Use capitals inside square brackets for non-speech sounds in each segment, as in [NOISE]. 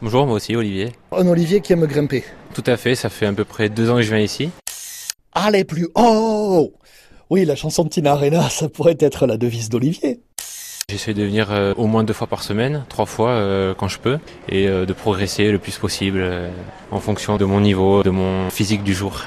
Bonjour, moi aussi, Olivier. Un Olivier qui aime grimper. Tout à fait, ça fait à peu près deux ans que je viens ici. Allez plus haut Oui, la chanson de Tina Arena, [LAUGHS] ça pourrait être la devise d'Olivier. J'essaie de venir euh, au moins deux fois par semaine, trois fois euh, quand je peux, et euh, de progresser le plus possible euh, en fonction de mon niveau, de mon physique du jour.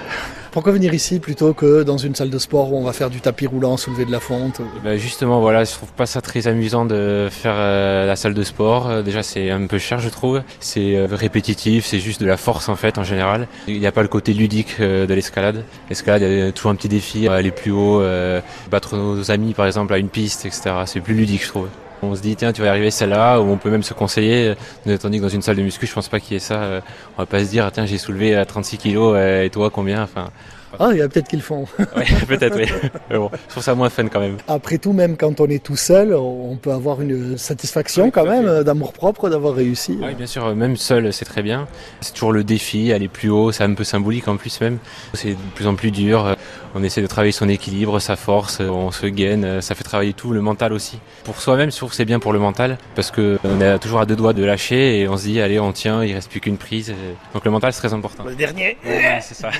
Pourquoi venir ici plutôt que dans une salle de sport où on va faire du tapis roulant, soulever de la fonte Et ben, justement, voilà, je trouve pas ça très amusant de faire euh, la salle de sport. Euh, Déjà, c'est un peu cher, je trouve. C'est euh, répétitif, c'est juste de la force en fait, en général. Il n'y a pas le côté ludique euh, de l'escalade. L'escalade, il y a toujours un petit défi, aller plus haut, euh, battre nos amis par exemple à une piste, etc. C'est plus ludique, je trouve. On se dit, tiens, tu vas y arriver celle-là, ou on peut même se conseiller, euh, tandis que dans une salle de muscu, je pense pas qu'il y ait ça. euh, on va pas se dire, Ah, tiens, j'ai soulevé euh, 36 kilos, euh, et toi, combien Enfin, [LAUGHS] Ah, il y a peut-être qu'ils le font. Ouais, peut-être, oui. Mais bon, je trouve ça moins fun quand même. Après tout, même quand on est tout seul, on peut avoir une satisfaction Oui, quand tout à même fait. euh, d'amour-propre d'avoir réussi. Oui, bien sûr, euh, même seul, c'est très bien. C'est toujours le défi, aller plus haut, c'est un peu symbolique en plus même. C'est de plus en plus dur. euh, On essaie de travailler son équilibre, sa force, euh, on se gaine, euh, ça fait travailler tout, le mental aussi. Pour soi-même, je trouve que c'est bien pour le mental, parce que euh, on est toujours à deux doigts de lâcher et on se dit, allez, on tient, il reste plus qu'une prise. euh. Donc le mental, c'est très important. Le dernier Ouais, c'est [LAUGHS] ça.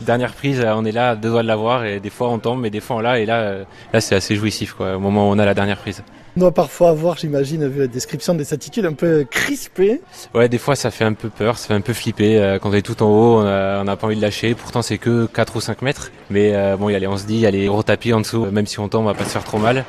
Dernière prise, euh, on est là, à deux doigts de l'avoir, et des fois on tombe, mais des fois on l'a, et là, euh, là c'est assez jouissif, quoi, au moment où on a la dernière prise. On doit parfois avoir, j'imagine, vu la description, des attitudes un peu crispées. Ouais, des fois ça fait un peu peur, ça fait un peu flipper. euh, Quand on est tout en haut, on a- on n'a pas envie de lâcher. Pourtant, c'est que 4 ou 5 mètres. Mais euh, bon, y aller, on se dit, allez, gros tapis en dessous. Même si on tombe, on va pas se faire trop mal.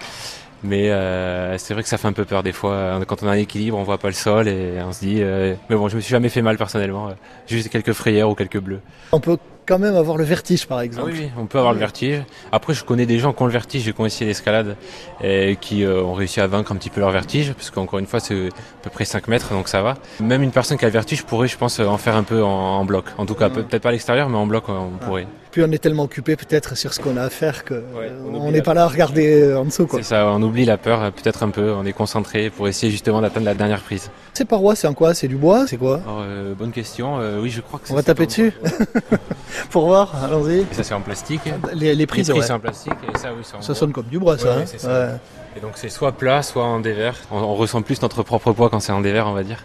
Mais euh, c'est vrai que ça fait un peu peur des fois. Euh, Quand on a un équilibre, on voit pas le sol et on se dit. euh, Mais bon, je me suis jamais fait mal personnellement. euh, Juste quelques frayères ou quelques bleus. On peut quand même avoir le vertige, par Ah exemple. oui, oui, on peut avoir le vertige. Après, je connais des gens qui ont le vertige et qui ont essayé l'escalade et qui euh, ont réussi à vaincre un petit peu leur vertige, parce qu'encore une fois, c'est à peu près 5 mètres, donc ça va. Même une personne qui a le vertige pourrait, je pense, en faire un peu en, en bloc. En tout cas, Mm. peut- peut-être pas à l'extérieur, mais en bloc, euh, on pourrait. Puis on est tellement occupé peut-être sur ce qu'on a à faire que euh, on on oublie n'est la- pas là à regarder euh, en dessous. quoi. C'est ça, on oublie la peur, euh, peut-être un peu, on est concentré pour essayer justement d'atteindre la dernière prise. Ces parois, c'est en quoi C'est du bois C'est quoi Alors, euh, bonne question, euh, oui, je crois que On c'est- va taper c'est- dessus Pour voir, allons-y. Et Ça, c'est en plastique. Les, les prises, Les prises, ouais. c'est en plastique, et ça, oui, c'est en Ça bois. sonne comme du bois, ça. Ouais, hein. c'est ça. Et donc c'est soit plat, soit en dévers. On, on ressent plus notre propre poids quand c'est en dévers, on va dire.